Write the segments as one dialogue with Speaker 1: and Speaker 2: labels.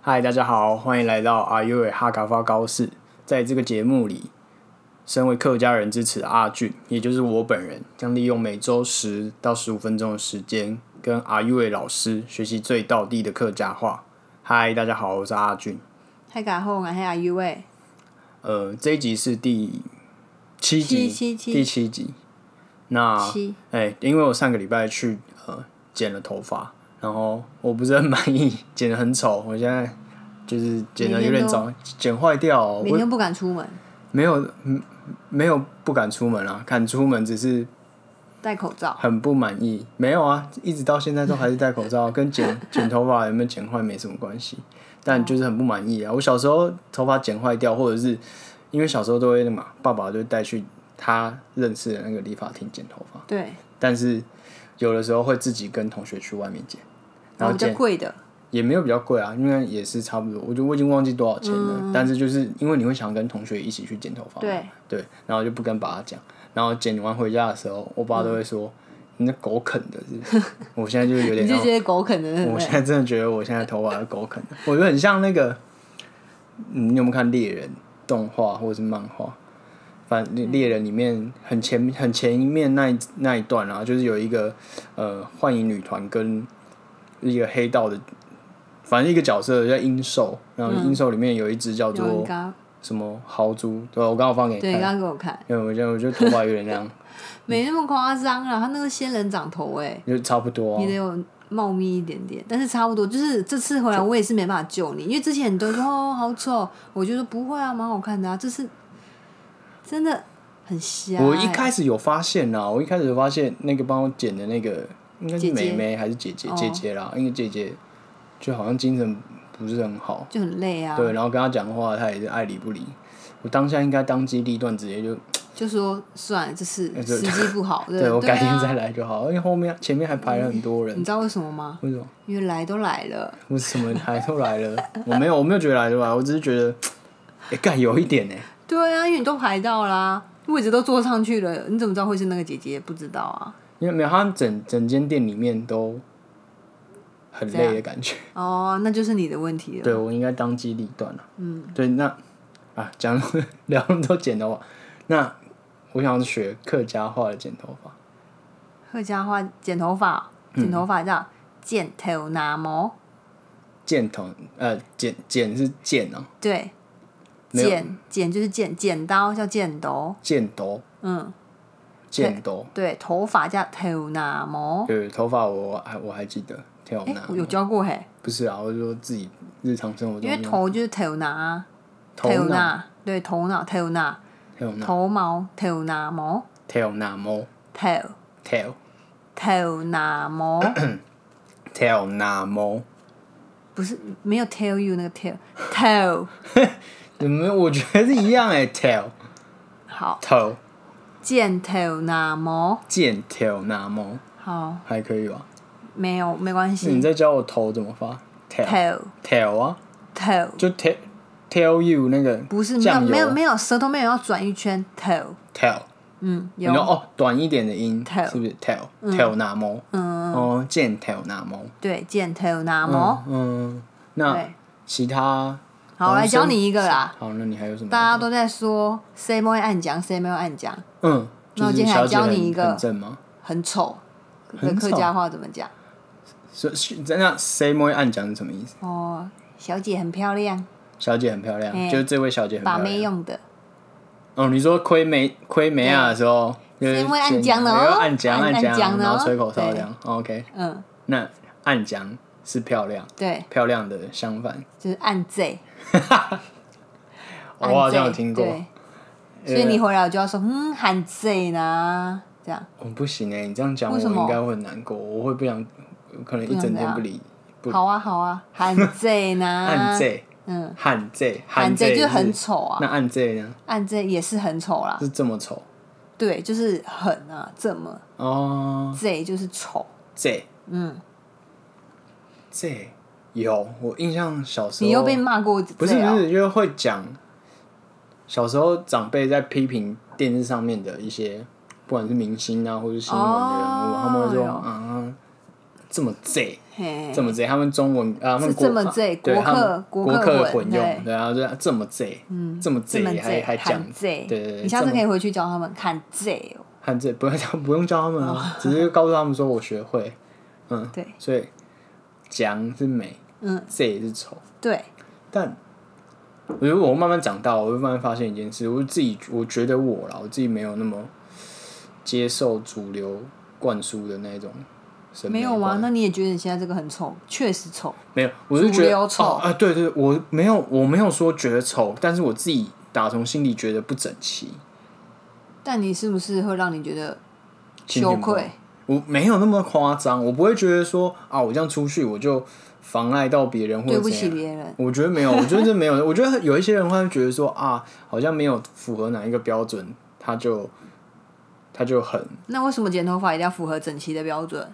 Speaker 1: 嗨，大家好，欢迎来到阿 U 的哈嘎发高士。在这个节目里，身为客家人支持的阿俊，也就是我本人，将利用每周十到十五分钟的时间，跟阿 U 的老师学习最道地的客家话。嗨，大家好，我是阿俊。
Speaker 2: 太感后，我是阿 U 诶，
Speaker 1: 呃，这一集是第七集，
Speaker 2: 七七七
Speaker 1: 第七集。那
Speaker 2: 七
Speaker 1: 哎、因为我上个礼拜去呃剪了头发，然后我不是很满意，剪得很丑，我现在就是剪得有点糟，剪坏掉、哦。
Speaker 2: 每
Speaker 1: 我
Speaker 2: 天不敢出门，
Speaker 1: 没有嗯没有不敢出门啊，敢出门只是
Speaker 2: 戴口罩，
Speaker 1: 很不满意。没有啊，一直到现在都还是戴口罩，跟剪 剪头发有没有剪坏没什么关系，但就是很不满意啊。我小时候头发剪坏掉，或者是因为小时候都会那嘛，爸爸就带去他认识的那个理发厅剪头发。
Speaker 2: 对，
Speaker 1: 但是有的时候会自己跟同学去外面剪，然
Speaker 2: 然后
Speaker 1: 后
Speaker 2: 哦比较
Speaker 1: 剪
Speaker 2: 贵的，
Speaker 1: 也没有比较贵啊，因为也是差不多，我就我已经忘记多少钱了，
Speaker 2: 嗯
Speaker 1: 但是就是因为你会想跟同学一起去剪头发嘛，
Speaker 2: 对
Speaker 1: 对，然后就不跟爸爸讲，然后剪完回家的时候，我爸
Speaker 2: 嗯
Speaker 1: 都会说、你那狗啃的是 不是，我现在就是有点
Speaker 2: 你就
Speaker 1: 让
Speaker 2: 觉得狗啃的，对不
Speaker 1: 我
Speaker 2: 对
Speaker 1: 现？在真的觉得我现在头发是狗啃的，我觉得很像那个，嗯你有没有看猎人动画或者是漫画？反正猎人里面很前很前面那一那一段啊，就是有一个呃幻影女团跟一个黑道的，反正一个角色叫鹰兽，然后鹰兽里面有一只叫
Speaker 2: 嗯有你
Speaker 1: 做
Speaker 2: 刚
Speaker 1: 什么豪猪，对吧我刚好放给
Speaker 2: 对
Speaker 1: 你
Speaker 2: 你
Speaker 1: 看，
Speaker 2: 刚刚给我看，
Speaker 1: 因为我觉得我觉得头发有点那样，
Speaker 2: 没那么夸张啦，他那个仙人掌头诶，
Speaker 1: 就差不多、啊
Speaker 2: 你，得有茂密一点点，但是差不多，就是这次回来我也是没办法救你，因为之前你都说哦好丑，我就说不会啊，蛮好看的啊，这是真的很瞎欸。
Speaker 1: 我一开始有发现啦，我一开始有发现那个帮我剪的那个应该是
Speaker 2: 姐
Speaker 1: 妹
Speaker 2: 姐
Speaker 1: 妹还是姐姐
Speaker 2: 哦
Speaker 1: 姐姐啦，因为姐姐就好像精神不是很好，
Speaker 2: 就很累啊，
Speaker 1: 对，然后跟她讲话，她也是爱理不理。我当下应该当机立断，直接就
Speaker 2: 就说算了，这是
Speaker 1: 哎对
Speaker 2: 时机不好，对
Speaker 1: 对我
Speaker 2: 对
Speaker 1: 改天再
Speaker 2: 啊。
Speaker 1: 来就好，因为后面前面还排了很多人
Speaker 2: 你，知道为什么吗？
Speaker 1: 为什么？
Speaker 2: 因为来都来了。
Speaker 1: 为什 么来都来了？我没有，我没有觉得来都来，我只是觉得，哎，干有一点呢，
Speaker 2: 对啊，因为你都排到啦，位置都坐上去了，你怎么知道会是那个姐姐？不知道啊。
Speaker 1: 因为没有，他们整整间店里面都很
Speaker 2: 这
Speaker 1: 累的感觉。
Speaker 2: 哦，那就是你的问题了。
Speaker 1: 对我应该当机立断了。嗯，对，那啊，讲 聊那么多剪头发，那我想学客家话的剪头发，
Speaker 2: 客家话剪头发，
Speaker 1: 嗯
Speaker 2: 剪头发叫剪头拿毛，
Speaker 1: 剪头呃剪剪是剪哦、
Speaker 2: 对，
Speaker 1: 没有
Speaker 2: 剪剪就是剪剪刀叫剪刀，
Speaker 1: 剪头
Speaker 2: 嗯，
Speaker 1: 剪头，
Speaker 2: 对，头发叫头拿毛。
Speaker 1: 对，头发我还我还记得跳
Speaker 2: 哎、
Speaker 1: 拿，
Speaker 2: 我有教过嘿，
Speaker 1: 不是啊，我是说自己日常生活中
Speaker 2: 因为
Speaker 1: 用
Speaker 2: 头就是头拿，
Speaker 1: 头
Speaker 2: 头
Speaker 1: 拿
Speaker 2: 拿，对，头拿头拿，
Speaker 1: 跳拿
Speaker 2: 头毛头拿毛，
Speaker 1: 跳拿毛
Speaker 2: 头
Speaker 1: 跳
Speaker 2: 头拿毛。
Speaker 1: 跳拿毛，
Speaker 2: 不是没有 tell you 那个 tell tell
Speaker 1: 你们我觉得是一样哎、跳
Speaker 2: 好
Speaker 1: 头
Speaker 2: 见 tell 那么
Speaker 1: 剪跳拿毛
Speaker 2: 好
Speaker 1: 还可以吧？
Speaker 2: 没有没关
Speaker 1: 你
Speaker 2: 系
Speaker 1: 在教我头怎么发？tail
Speaker 2: 嗯 tell
Speaker 1: tail 啊，
Speaker 2: tell
Speaker 1: 就 tail tail you 那个
Speaker 2: 不是没有
Speaker 1: 酱油啊
Speaker 2: 没有没有舌头没有要转一圈 tell
Speaker 1: tail，
Speaker 2: 嗯
Speaker 1: 你说
Speaker 2: 有
Speaker 1: 哦短一点的音
Speaker 2: tail
Speaker 1: 是不是 tail tail 拿毛？嗯哦见 tail 拿毛
Speaker 2: 对见 tell 那么
Speaker 1: 嗯，那
Speaker 2: 哦对
Speaker 1: 其他
Speaker 2: 好来教你一个啦，
Speaker 1: 好，那你还有什么？
Speaker 2: 大家都在说谁没有按讲谁没有按讲
Speaker 1: 嗯，
Speaker 2: 那我
Speaker 1: 就是
Speaker 2: 接下来
Speaker 1: 小姐
Speaker 2: 教
Speaker 1: 很
Speaker 2: 你一个
Speaker 1: 很正吗？
Speaker 2: 很丑
Speaker 1: 很
Speaker 2: 的客
Speaker 1: 丑
Speaker 2: 家话怎么讲
Speaker 1: 所以那 say more 暗讲是什么意思？
Speaker 2: 哦小姐很漂亮
Speaker 1: 小姐很漂亮，
Speaker 2: 哎
Speaker 1: 就是这位小姐很漂
Speaker 2: 把妹
Speaker 1: 亮。
Speaker 2: 用的
Speaker 1: 哦，你说亏梅亏梅亚的时候，就是
Speaker 2: say more
Speaker 1: 先
Speaker 2: 暗讲的哦
Speaker 1: 要暗讲
Speaker 2: 暗
Speaker 1: 暗
Speaker 2: 暗讲
Speaker 1: 讲，
Speaker 2: 的哦
Speaker 1: 然后吹口哨
Speaker 2: 对
Speaker 1: 这样。OK，
Speaker 2: 嗯
Speaker 1: 那暗讲是漂亮，
Speaker 2: 对
Speaker 1: 漂亮的相反，哦
Speaker 2: 就是按 Z
Speaker 1: 我好像有
Speaker 2: 按 Z，
Speaker 1: 听过。
Speaker 2: 对
Speaker 1: 呃
Speaker 2: 所以你回来我就要说，嗯，喊 Z 呢，这样
Speaker 1: 我不行哎、你这样讲我
Speaker 2: 为什么
Speaker 1: 应该会很难过，我会不想，可能一整天不理不
Speaker 2: 好啊 好啊，喊 Z 呢，
Speaker 1: 按，这
Speaker 2: 嗯，
Speaker 1: 按这
Speaker 2: 喊 Z 就是很丑啊
Speaker 1: 那，按这呢
Speaker 2: 按 Z 也是很丑啦，
Speaker 1: 是这么丑
Speaker 2: 对，就是很啊，这么
Speaker 1: 哦，
Speaker 2: Z 就是丑，
Speaker 1: 这
Speaker 2: 嗯，
Speaker 1: 这有我印象小时候
Speaker 2: 你又被骂过 Z
Speaker 1: 不是
Speaker 2: 啊
Speaker 1: 不，是，就是会讲小时候长辈在批评电视上面的一些，不管是明星啊，或者新闻的人物，
Speaker 2: 哦
Speaker 1: 他们会说
Speaker 2: 有
Speaker 1: 啊，这么贼，
Speaker 2: 嘿，
Speaker 1: 这么贼，他们中文啊，他们
Speaker 2: 是
Speaker 1: 国
Speaker 2: 这么贼
Speaker 1: 对
Speaker 2: 国
Speaker 1: 他们
Speaker 2: 客
Speaker 1: 国
Speaker 2: 国客混
Speaker 1: 混用，
Speaker 2: 对
Speaker 1: 对啊，对，这么贼，嗯，这么
Speaker 2: 这
Speaker 1: 贼
Speaker 2: 么
Speaker 1: 还
Speaker 2: 贼，
Speaker 1: 还讲
Speaker 2: 喊贼，
Speaker 1: 对对对
Speaker 2: 你下
Speaker 1: 这
Speaker 2: 次
Speaker 1: 么
Speaker 2: 可以回去教他们看贼哦，
Speaker 1: 汉字，不用教，不用教他们
Speaker 2: 哦
Speaker 1: 啊，只是告诉他们说我学会，嗯，
Speaker 2: 对，
Speaker 1: 所以讲是美，
Speaker 2: 嗯，
Speaker 1: 贼是丑，
Speaker 2: 对，
Speaker 1: 但我觉得我慢慢长大，我会慢慢发现一件事，我自己我觉得我啦，我自己没有那么接受主流灌输的那种审美
Speaker 2: 没
Speaker 1: 观。
Speaker 2: 有啊吗？那你也觉得你现在这个很丑，确实丑，
Speaker 1: 没有，我是觉
Speaker 2: 主
Speaker 1: 得
Speaker 2: 流丑
Speaker 1: 哦啊、对对，我没有，我没有说觉得丑，但是我自己打从心里觉得不整齐，
Speaker 2: 但你是不是会让你觉得
Speaker 1: 心情
Speaker 2: 羞
Speaker 1: 不好
Speaker 2: 愧？
Speaker 1: 我没有那么夸张，我不会觉得说啊，我这样出去我就妨碍到别人或
Speaker 2: 对
Speaker 1: 者
Speaker 2: 不
Speaker 1: 怎
Speaker 2: 起
Speaker 1: 样。
Speaker 2: 别人？
Speaker 1: 我觉得没有，我觉得这没有。我觉得有一些人会觉得说啊，好像没有符合哪一个标准，他就他就很。
Speaker 2: 那为什么剪头发一定要符合整齐的标准？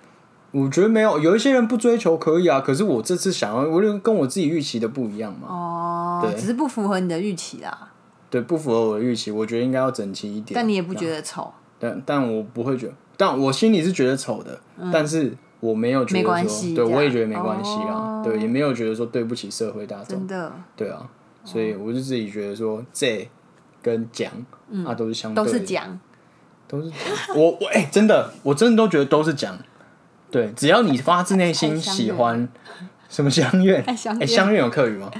Speaker 1: 我觉得没有，有一些人不追求可以啊，可是我这次想要，我就跟我自己预期的不一样嘛，
Speaker 2: 哦
Speaker 1: 对，
Speaker 2: 只是不符合你的预期啦，
Speaker 1: 对，不符合我的预期，我觉得应该要整齐一点。
Speaker 2: 但你也不觉得丑，
Speaker 1: 但但啊我不会觉得，但我心里是觉得丑的，但是我没有觉
Speaker 2: 嗯没
Speaker 1: 得
Speaker 2: 关
Speaker 1: 说，
Speaker 2: 系
Speaker 1: 对
Speaker 2: 这样
Speaker 1: 我也觉得没关系啦，
Speaker 2: 哦
Speaker 1: 对，也没有觉得说对不起社会大众
Speaker 2: 真，的哦
Speaker 1: 对啊，所以我就自己觉得说这跟讲啊都是相对
Speaker 2: 嗯都
Speaker 1: 的，
Speaker 2: 是讲，
Speaker 1: 都是讲，我我哎、真的，我真的都觉得都是讲，对，只要你发自内心
Speaker 2: 太相
Speaker 1: 喜
Speaker 2: 怨
Speaker 1: 欢什么相怨，
Speaker 2: 太相
Speaker 1: 哎、
Speaker 2: 怨
Speaker 1: 相怨有客语吗？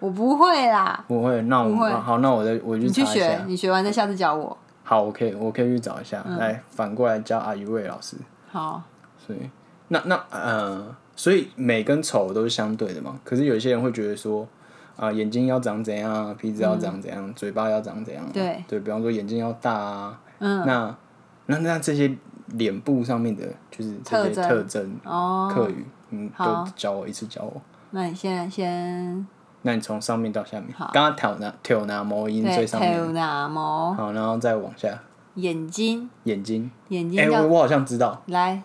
Speaker 2: 我不会啦，
Speaker 1: 不会，那我
Speaker 2: 不会
Speaker 1: 那好，那我再我去
Speaker 2: 你去
Speaker 1: 查一
Speaker 2: 学嗯
Speaker 1: 下，，
Speaker 2: 你学完再下次教我，
Speaker 1: 好，我可以我可以去找一下，来反过来教阿于魏老师。
Speaker 2: 好，
Speaker 1: 所以那那呃，所以美跟丑都是相对的嘛。可是有一些人会觉得说，啊、眼睛要长怎样啊，鼻子要长怎样，嘴巴要长怎样啊、
Speaker 2: 嗯对
Speaker 1: 对，比方说眼睛要大啊，
Speaker 2: 嗯，
Speaker 1: 那那那这些脸部上面的，就是这些
Speaker 2: 特征
Speaker 1: 特征
Speaker 2: 哦，
Speaker 1: 课语，嗯，
Speaker 2: 好
Speaker 1: 都教我一次教我。
Speaker 2: 那你现在先
Speaker 1: 那你从上面到下面
Speaker 2: 好，
Speaker 1: 刚刚挑拿挑拿毛音最
Speaker 2: 对
Speaker 1: 上面，
Speaker 2: 头那毛
Speaker 1: 好，然后再往下，
Speaker 2: 眼睛，
Speaker 1: 眼睛，
Speaker 2: 眼睛
Speaker 1: 哎、我
Speaker 2: 叫
Speaker 1: 我好像知道，
Speaker 2: 来，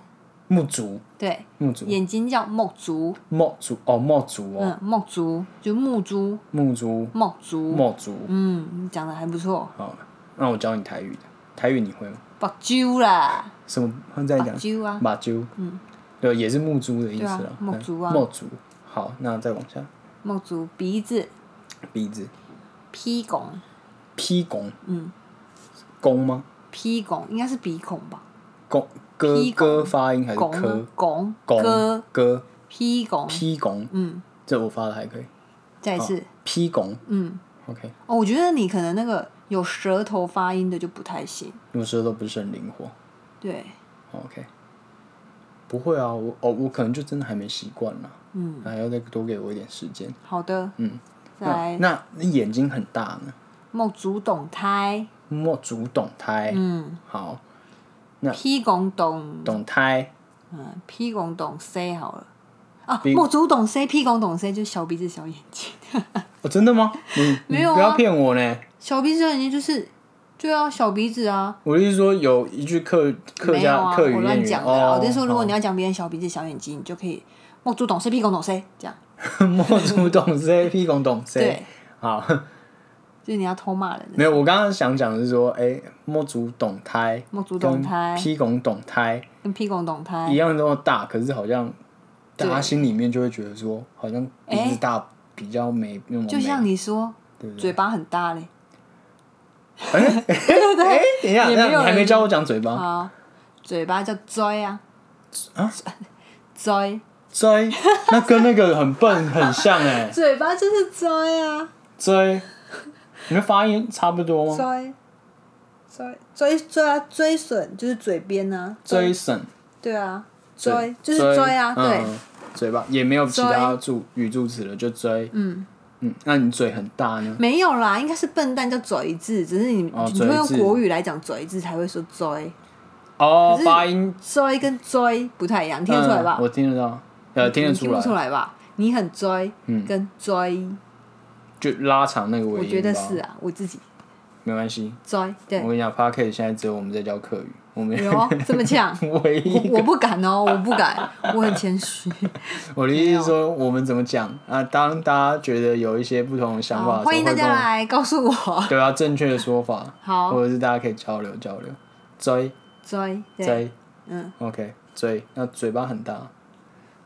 Speaker 1: 目足，
Speaker 2: 对，
Speaker 1: 目足，
Speaker 2: 眼睛叫目珠，
Speaker 1: 目足，哦，目足哦，
Speaker 2: 嗯，目珠就目珠，
Speaker 1: 目足，
Speaker 2: 目珠，
Speaker 1: 目足，
Speaker 2: 嗯，你讲的还不错，
Speaker 1: 好，那我教你台语的，台语你会吗？
Speaker 2: 目珠啦，
Speaker 1: 什么？他在
Speaker 2: 目
Speaker 1: 讲
Speaker 2: 珠啊，
Speaker 1: 马珠，嗯，对，也是木珠的意思
Speaker 2: 对
Speaker 1: 了
Speaker 2: 啊，木珠啊
Speaker 1: 木珠。好，那再往下，
Speaker 2: 目珠鼻子，
Speaker 1: 鼻子，
Speaker 2: 鼻孔，
Speaker 1: 劈拱，
Speaker 2: 嗯，
Speaker 1: 弓吗？
Speaker 2: 鼻孔应该是鼻孔吧。
Speaker 1: 弓，歌
Speaker 2: 劈拱
Speaker 1: 歌发音还是
Speaker 2: 拱
Speaker 1: 科
Speaker 2: 呢？拱
Speaker 1: 拱
Speaker 2: 哥
Speaker 1: 歌
Speaker 2: 劈拱，
Speaker 1: 劈拱，
Speaker 2: 嗯，
Speaker 1: 这我发的还可以。
Speaker 2: 再一次，
Speaker 1: 劈拱
Speaker 2: 嗯，
Speaker 1: ，OK，
Speaker 2: 哦，我觉得你可能那个有舌头发音的就不太行，
Speaker 1: 我舌头不是很灵活
Speaker 2: 对，
Speaker 1: ，OK。不会啊，我哦，我可能就真的还没习惯啦，
Speaker 2: 嗯，
Speaker 1: 还要再多给我一点时间。
Speaker 2: 好的，
Speaker 1: 嗯，
Speaker 2: 再
Speaker 1: 那
Speaker 2: 来
Speaker 1: 那你眼睛很大呢，
Speaker 2: 木主懂胎，
Speaker 1: 莫主懂胎，
Speaker 2: 嗯，
Speaker 1: 好，
Speaker 2: 劈拱懂，
Speaker 1: 懂胎，
Speaker 2: 嗯，劈拱懂 C 好了，啊，
Speaker 1: 劈
Speaker 2: 木主懂 C，劈拱懂 C 就是小鼻子小眼睛，
Speaker 1: 哦，真的吗？你你
Speaker 2: 没有啊
Speaker 1: 不要骗我呢。
Speaker 2: 小鼻子小眼睛就是，对啊，小鼻子啊。
Speaker 1: 我的意思说，有一句客客
Speaker 2: 没有
Speaker 1: 家
Speaker 2: 啊，
Speaker 1: 客语
Speaker 2: 我
Speaker 1: 谚
Speaker 2: 乱
Speaker 1: 语
Speaker 2: 讲的啊。
Speaker 1: 哦，
Speaker 2: 我就是说，如果你
Speaker 1: 要
Speaker 2: 要讲别人小鼻子、小眼睛，你就可以木主懂 C，屁拱懂 C 这样。
Speaker 1: 莫主懂 C，屁公懂 C，
Speaker 2: 对，
Speaker 1: 好，
Speaker 2: 就是你要偷骂人的。
Speaker 1: 没有，我刚刚想讲的是说，哎，莫主懂胎，
Speaker 2: 木主懂胎，
Speaker 1: 屁公懂胎
Speaker 2: 跟屁股懂
Speaker 1: 一
Speaker 2: 胎，
Speaker 1: 样那么大，可是好像大
Speaker 2: 对哎
Speaker 1: 家心里面就会觉得说，好像鼻子大比较没那么美，
Speaker 2: 就像你说
Speaker 1: 对不对
Speaker 2: 嘴巴很大嘞，
Speaker 1: 哎，等一下，
Speaker 2: 也
Speaker 1: 那
Speaker 2: 没
Speaker 1: 你
Speaker 2: 有
Speaker 1: 还
Speaker 2: 人
Speaker 1: 没教我讲嘴巴，
Speaker 2: 好，啊嘴巴叫 joy 啊
Speaker 1: 啊
Speaker 2: ，joy，
Speaker 1: 追，那跟那个很笨很像哎，
Speaker 2: 嘴巴就是 joy 啊
Speaker 1: 追，你们发音差不多吗？
Speaker 2: ，joy。追追追啊，追损就是嘴边啊，
Speaker 1: 追省，
Speaker 2: 对啊，
Speaker 1: 追
Speaker 2: 追就是追啊，
Speaker 1: 嗯
Speaker 2: 对，
Speaker 1: 嗯嘴巴也没有其他助语助词了，就追。
Speaker 2: 嗯，
Speaker 1: 嗯，那你嘴很大呢？
Speaker 2: 没有啦，应该是笨蛋叫嘴字，只是你
Speaker 1: 哦
Speaker 2: 你会用
Speaker 1: 嘴字
Speaker 2: 国语来讲嘴字才会说追，
Speaker 1: 哦
Speaker 2: 可，是
Speaker 1: 发音
Speaker 2: 追跟追不太一样，听得出来吧
Speaker 1: 嗯？我听得到，呃，听得
Speaker 2: 你听不出
Speaker 1: 来，嗯
Speaker 2: 来吧？你很追，跟追，
Speaker 1: 就拉长那个尾音。
Speaker 2: 我觉得是，啊，我自己
Speaker 1: 没关系。
Speaker 2: 追，对
Speaker 1: 我，跟你讲 p a r k e 现在只有我们在教课语，我们
Speaker 2: 有啊哦这么呛，
Speaker 1: 唯一一
Speaker 2: 我我
Speaker 1: 个。
Speaker 2: 不敢哦，我不敢，我很谦虚。
Speaker 1: 我的
Speaker 2: 啊
Speaker 1: 意思是说，我们怎么讲啊？当大家觉得有一些不同的想法
Speaker 2: 好
Speaker 1: 的时候，
Speaker 2: 哦欢迎大
Speaker 1: 会
Speaker 2: 家
Speaker 1: 跟我
Speaker 2: 来告诉我，
Speaker 1: 对啊，正确的说法，
Speaker 2: 好
Speaker 1: 或者是大家可以交流交流。追
Speaker 2: 追对，
Speaker 1: 追
Speaker 2: 嗯，
Speaker 1: ，OK，追。那嘴巴很大，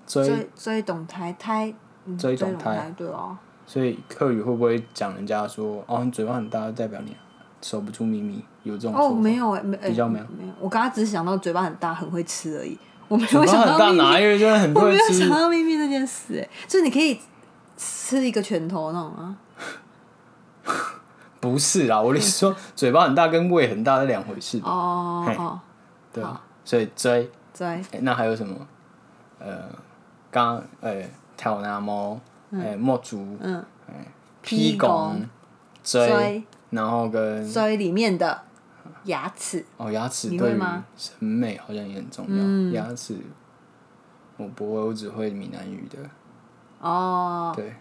Speaker 1: 追，
Speaker 2: 追追懂台台嗯
Speaker 1: 追懂
Speaker 2: 懂
Speaker 1: 台
Speaker 2: 台对啊，
Speaker 1: 所以客语会不会讲人家说哦，你嘴巴很大，代表你守不住秘密？有这种说
Speaker 2: 哦，
Speaker 1: 法
Speaker 2: 没有欸没欸
Speaker 1: 比较没有
Speaker 2: 没有，我刚刚只是想到嘴巴很大，很会吃而已，我没
Speaker 1: 嘴
Speaker 2: 有
Speaker 1: 巴
Speaker 2: 想
Speaker 1: 很
Speaker 2: 到
Speaker 1: 大，
Speaker 2: 秘密，
Speaker 1: 哪有就是很
Speaker 2: 我没
Speaker 1: 会
Speaker 2: 有
Speaker 1: 吃
Speaker 2: 想？到秘密这件事，哎，就是你可以吃一个拳头那种啊，
Speaker 1: 不是啊啦，我的意思说嘴巴很大跟胃很大是两回事，
Speaker 2: 嗯哦哦，
Speaker 1: 对吧？所以追，
Speaker 2: 对，
Speaker 1: 诶那还有什么？呃，刚呃，挑南猫，诶，墨竹，
Speaker 2: 嗯，
Speaker 1: 劈拱，追，
Speaker 2: 追
Speaker 1: 然后跟
Speaker 2: 追里面的牙齿，
Speaker 1: 哦，牙齿
Speaker 2: 你
Speaker 1: 对
Speaker 2: 会
Speaker 1: 于
Speaker 2: 吗嗯
Speaker 1: 审美好像也很重要。牙齿我不会，我只会闽南语的。
Speaker 2: 哦，
Speaker 1: 对，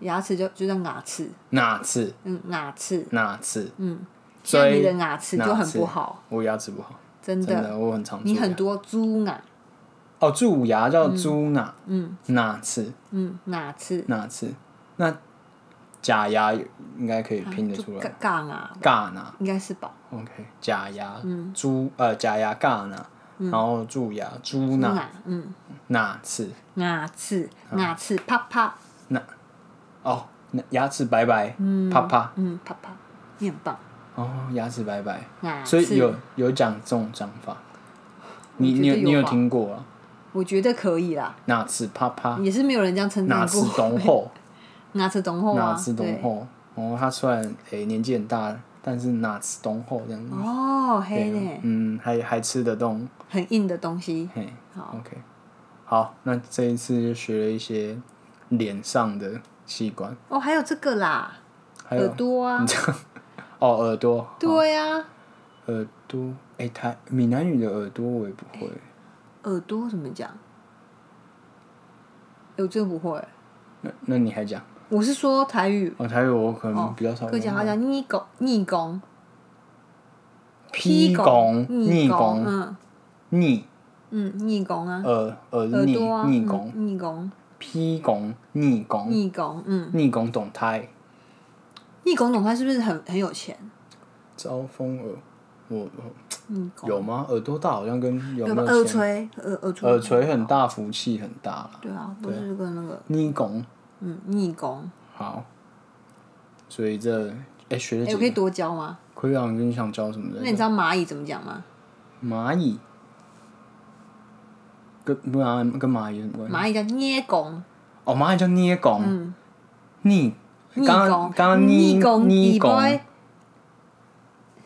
Speaker 2: 牙齿就就叫牙齿，
Speaker 1: 那次
Speaker 2: 嗯，牙齿，
Speaker 1: 那次，
Speaker 2: 嗯，像
Speaker 1: 追
Speaker 2: 你的牙齿就很不好，，
Speaker 1: 哪次我牙齿不好，
Speaker 2: 真
Speaker 1: 真
Speaker 2: 的，
Speaker 1: 的，我很常
Speaker 2: 你
Speaker 1: 蛀
Speaker 2: 很
Speaker 1: 牙
Speaker 2: 多猪牙，
Speaker 1: 哦，蛀牙叫蛀哪，
Speaker 2: 嗯
Speaker 1: 那次
Speaker 2: 嗯，牙齿，
Speaker 1: 那次，那假牙应该可以拼得
Speaker 2: 啊就
Speaker 1: 出
Speaker 2: 嘎
Speaker 1: 来，
Speaker 2: 嘎
Speaker 1: 尬
Speaker 2: 牙，
Speaker 1: 哪
Speaker 2: 应该是吧？
Speaker 1: ，OK，假牙，
Speaker 2: 嗯
Speaker 1: 蛀呃假牙尬哪，然后蛀牙蛀哪
Speaker 2: 牙，嗯，
Speaker 1: 那次，
Speaker 2: 牙齿，
Speaker 1: 啊
Speaker 2: 牙齿啪啪，
Speaker 1: 哦，那牙齿白白，啪啪。
Speaker 2: 嗯，啪啪，你很棒，
Speaker 1: 哦，牙齿白白，
Speaker 2: 牙
Speaker 1: 所以
Speaker 2: 齿
Speaker 1: 有有讲这种讲法，你
Speaker 2: 我觉
Speaker 1: 你有
Speaker 2: 得有
Speaker 1: 你有
Speaker 2: 吧
Speaker 1: 听过啊？
Speaker 2: 我觉得可以啦，
Speaker 1: 那齿啪啪，
Speaker 2: 也是没有人这样称
Speaker 1: 那
Speaker 2: 赞
Speaker 1: 齿
Speaker 2: 过，
Speaker 1: 懂后，
Speaker 2: 牙齿懂后
Speaker 1: 那
Speaker 2: 啊，
Speaker 1: 齿懂
Speaker 2: 对，
Speaker 1: 后。哦，他虽然诶、年纪很大，但是那齿懂后这样子，
Speaker 2: 哦，
Speaker 1: 对
Speaker 2: 黑呢，
Speaker 1: 嗯，还还吃得动，
Speaker 2: 很硬的东西，
Speaker 1: 嘿
Speaker 2: 好
Speaker 1: ，OK，好，那这一次就学了一些脸上的器官，
Speaker 2: 哦，还有这个啦，
Speaker 1: 还
Speaker 2: 耳
Speaker 1: 有
Speaker 2: 朵啊，
Speaker 1: 哦耳朵，
Speaker 2: 对啊，
Speaker 1: 耳朵，诶、台闽南语的耳朵我也不会，
Speaker 2: 耳朵怎么讲？哎我真的不会，
Speaker 1: 那那你还讲？
Speaker 2: 我是说台语，
Speaker 1: 哦，台语我可能比较少
Speaker 2: 客
Speaker 1: 用
Speaker 2: 家
Speaker 1: 到。
Speaker 2: 话叫逆拱，逆拱，
Speaker 1: 劈拱、逆
Speaker 2: 逆拱，
Speaker 1: 拱、
Speaker 2: 嗯
Speaker 1: 逆
Speaker 2: 嗯，逆拱啊，
Speaker 1: 耳耳
Speaker 2: 耳
Speaker 1: 逆
Speaker 2: 朵啊，
Speaker 1: 逆拱、
Speaker 2: 嗯逆拱，
Speaker 1: 劈拱、逆拱、
Speaker 2: 逆拱，嗯，
Speaker 1: 逆拱懂胎
Speaker 2: 逆拱懂他是不是很很有钱？
Speaker 1: 招风耳，我我
Speaker 2: 逆拱
Speaker 1: 有吗？耳朵大好像跟有
Speaker 2: 有吧
Speaker 1: 没
Speaker 2: 耳
Speaker 1: 有钱？
Speaker 2: 垂，耳耳垂，
Speaker 1: 耳垂很大，福气很大啦。
Speaker 2: 对啊，不是跟那个
Speaker 1: 逆拱
Speaker 2: 嗯逆拱，
Speaker 1: 好，所以这哎、学了
Speaker 2: 哎，
Speaker 1: 几
Speaker 2: 我可以
Speaker 1: 个？
Speaker 2: 多教吗？
Speaker 1: 可以啊，你想教什么
Speaker 2: 那你
Speaker 1: 的？
Speaker 2: 知道蚂蚁怎么讲吗？
Speaker 1: 蚂蚁跟不然跟蚂蚁有什么关系？
Speaker 2: 蚂蚁叫捏拱，
Speaker 1: 哦，蚂蚁叫捏拱，逆
Speaker 2: 嗯
Speaker 1: 刚
Speaker 2: 逆
Speaker 1: 刚
Speaker 2: 拱，
Speaker 1: 刚刚
Speaker 2: 逆拱，
Speaker 1: 逆
Speaker 2: 你不
Speaker 1: 拱哎
Speaker 2: 会。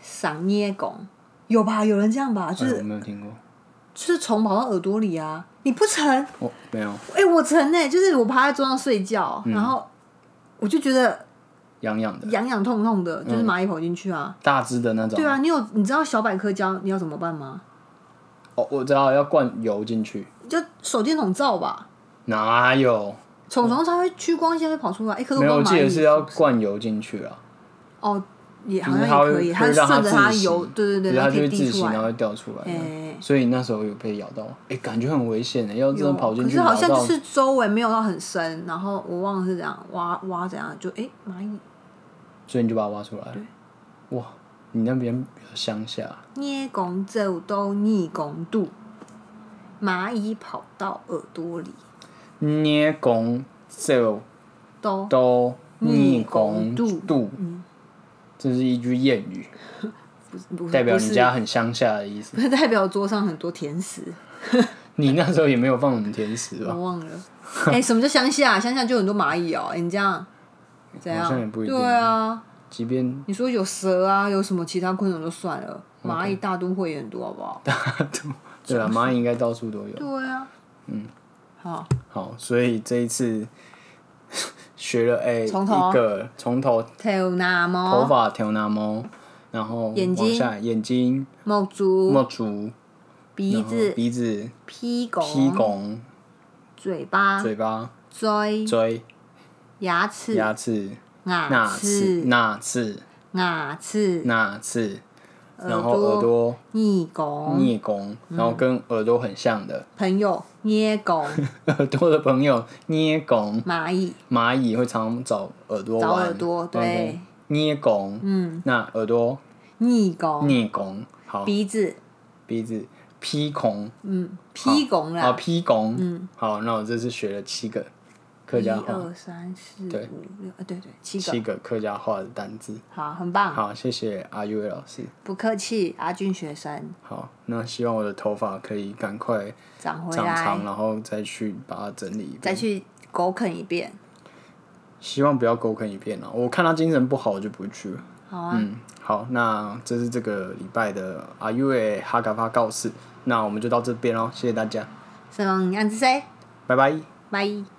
Speaker 2: 赏捏拱，有吧？有人这样吧？就是
Speaker 1: 哎我没有听过，
Speaker 2: 就是虫跑到耳朵里啊！你不成？
Speaker 1: 我没有
Speaker 2: 哎、我成呢、就是我趴在桌上睡觉，
Speaker 1: 嗯
Speaker 2: 然后我就觉得
Speaker 1: 痒痒的，
Speaker 2: 痒痒痛痛的，
Speaker 1: 嗯
Speaker 2: 就是蚂蚁跑进去啊。
Speaker 1: 大只的那种。
Speaker 2: 对啊，你有你知道小百科教你要怎么办吗？
Speaker 1: 哦，我知道要灌油进去，
Speaker 2: 就手电筒照吧，
Speaker 1: 哪有？
Speaker 2: 虫虫才会趋光线会跑出来。哎、可是我
Speaker 1: 嗯没有，
Speaker 2: 不
Speaker 1: 我记
Speaker 2: 知道蚂
Speaker 1: 得
Speaker 2: 蚁
Speaker 1: 是要灌油进去啊，
Speaker 2: 哦，也好
Speaker 1: 就
Speaker 2: 像
Speaker 1: 是它
Speaker 2: 也可
Speaker 1: 会会
Speaker 2: 以，它
Speaker 1: 让
Speaker 2: 顺着它
Speaker 1: 窒
Speaker 2: 的
Speaker 1: 息
Speaker 2: 游，，对对对，
Speaker 1: 对，
Speaker 2: 它
Speaker 1: 它就
Speaker 2: 可以
Speaker 1: 会
Speaker 2: 滴
Speaker 1: 窒息，
Speaker 2: 出来
Speaker 1: 然。后掉出来这样。
Speaker 2: 哎
Speaker 1: 所以那时候有被咬到，哎，感觉很危险的，要真的跑进
Speaker 2: 可
Speaker 1: 去
Speaker 2: 是
Speaker 1: 咬
Speaker 2: 好像就
Speaker 1: 到，
Speaker 2: 是周围没有到很深，然后我忘了是怎样挖挖怎样，就哎蚂蚁
Speaker 1: 所以你就把它挖出来了。哇，你那边比较乡下，
Speaker 2: 捏拱走都逆拱度，蚂蚁跑到耳朵里
Speaker 1: 捏拱走
Speaker 2: 都
Speaker 1: 都逆
Speaker 2: 逆
Speaker 1: 拱
Speaker 2: 拱度
Speaker 1: 度，
Speaker 2: 嗯
Speaker 1: 这是一句谚语，
Speaker 2: 不是不是
Speaker 1: 代表
Speaker 2: 不
Speaker 1: 你
Speaker 2: 是
Speaker 1: 家很乡下的意思。
Speaker 2: 不是 代表桌上很多甜食，
Speaker 1: 你那时候也没有放我们甜食吧
Speaker 2: 我？忘了。 哎、什么叫乡下？乡下就很多蚂蚁哦、哎你这样怎
Speaker 1: 好
Speaker 2: 样
Speaker 1: 像也？不一定
Speaker 2: 对啊，
Speaker 1: 即便
Speaker 2: 你说有蛇啊，有什么其他昆虫就算
Speaker 1: 哦
Speaker 2: 了，蚂蚁大都会也很多，好不 好？
Speaker 1: 嗯对啊，蚂蚁应该到处都有。
Speaker 2: 对啊，嗯，好，
Speaker 1: 好，所以这一次学了哎、
Speaker 2: 从头
Speaker 1: 一个从头
Speaker 2: 头那
Speaker 1: 头
Speaker 2: 么
Speaker 1: 发调那毛，然后
Speaker 2: 眼睛
Speaker 1: 往下眼睛、
Speaker 2: 毛足
Speaker 1: 墨竹、
Speaker 2: 鼻
Speaker 1: 然后
Speaker 2: 子、哦
Speaker 1: 鼻子、
Speaker 2: 屁股、
Speaker 1: 屁拱、
Speaker 2: 嘴巴、
Speaker 1: 嘴巴、
Speaker 2: 嘴、
Speaker 1: 嘴、
Speaker 2: 牙齿、
Speaker 1: 牙齿、
Speaker 2: 牙
Speaker 1: 那齿、
Speaker 2: 齿、
Speaker 1: 那齿、
Speaker 2: 牙齿、
Speaker 1: 那齿，然后
Speaker 2: 耳
Speaker 1: 耳朵、
Speaker 2: 逆拱、
Speaker 1: 颞拱，然后跟耳朵很像的，
Speaker 2: 朋友、捏拱、
Speaker 1: 耳朵的朋友捏拱。
Speaker 2: 蚂蚁、
Speaker 1: 蚂蚁会常常找耳朵玩，
Speaker 2: 找耳朵，对
Speaker 1: OK，，捏拱，
Speaker 2: 嗯，
Speaker 1: 那耳朵
Speaker 2: 逆拱、
Speaker 1: 捏拱，好，
Speaker 2: 鼻子、
Speaker 1: 鼻子劈孔
Speaker 2: 嗯，劈拱
Speaker 1: 啊，
Speaker 2: 啦，
Speaker 1: 劈拱，嗯，好，那我这次学了七个客
Speaker 2: 一
Speaker 1: 家话，
Speaker 2: 二三四五六，呃，对对，七
Speaker 1: 七
Speaker 2: 个，
Speaker 1: 个客家话的单字。
Speaker 2: 好，很棒，
Speaker 1: 好，谢谢阿 U 老师。
Speaker 2: 不客气，阿俊学生
Speaker 1: 好，那希望我的头发可以赶快
Speaker 2: 长回
Speaker 1: 长长，
Speaker 2: 来，
Speaker 1: 然后再去把它整理一
Speaker 2: 再
Speaker 1: 遍。
Speaker 2: 去狗啃一遍，
Speaker 1: 希望不要狗啃一遍了。我看他精神不好，我就不去了。
Speaker 2: 好啊，
Speaker 1: 嗯，好，那这是这个礼拜的阿 U 的哈嘎发告示，那我们就到这边喽，谢谢大家，
Speaker 2: 是吗？你按是谁？
Speaker 1: 拜拜。
Speaker 2: 拜。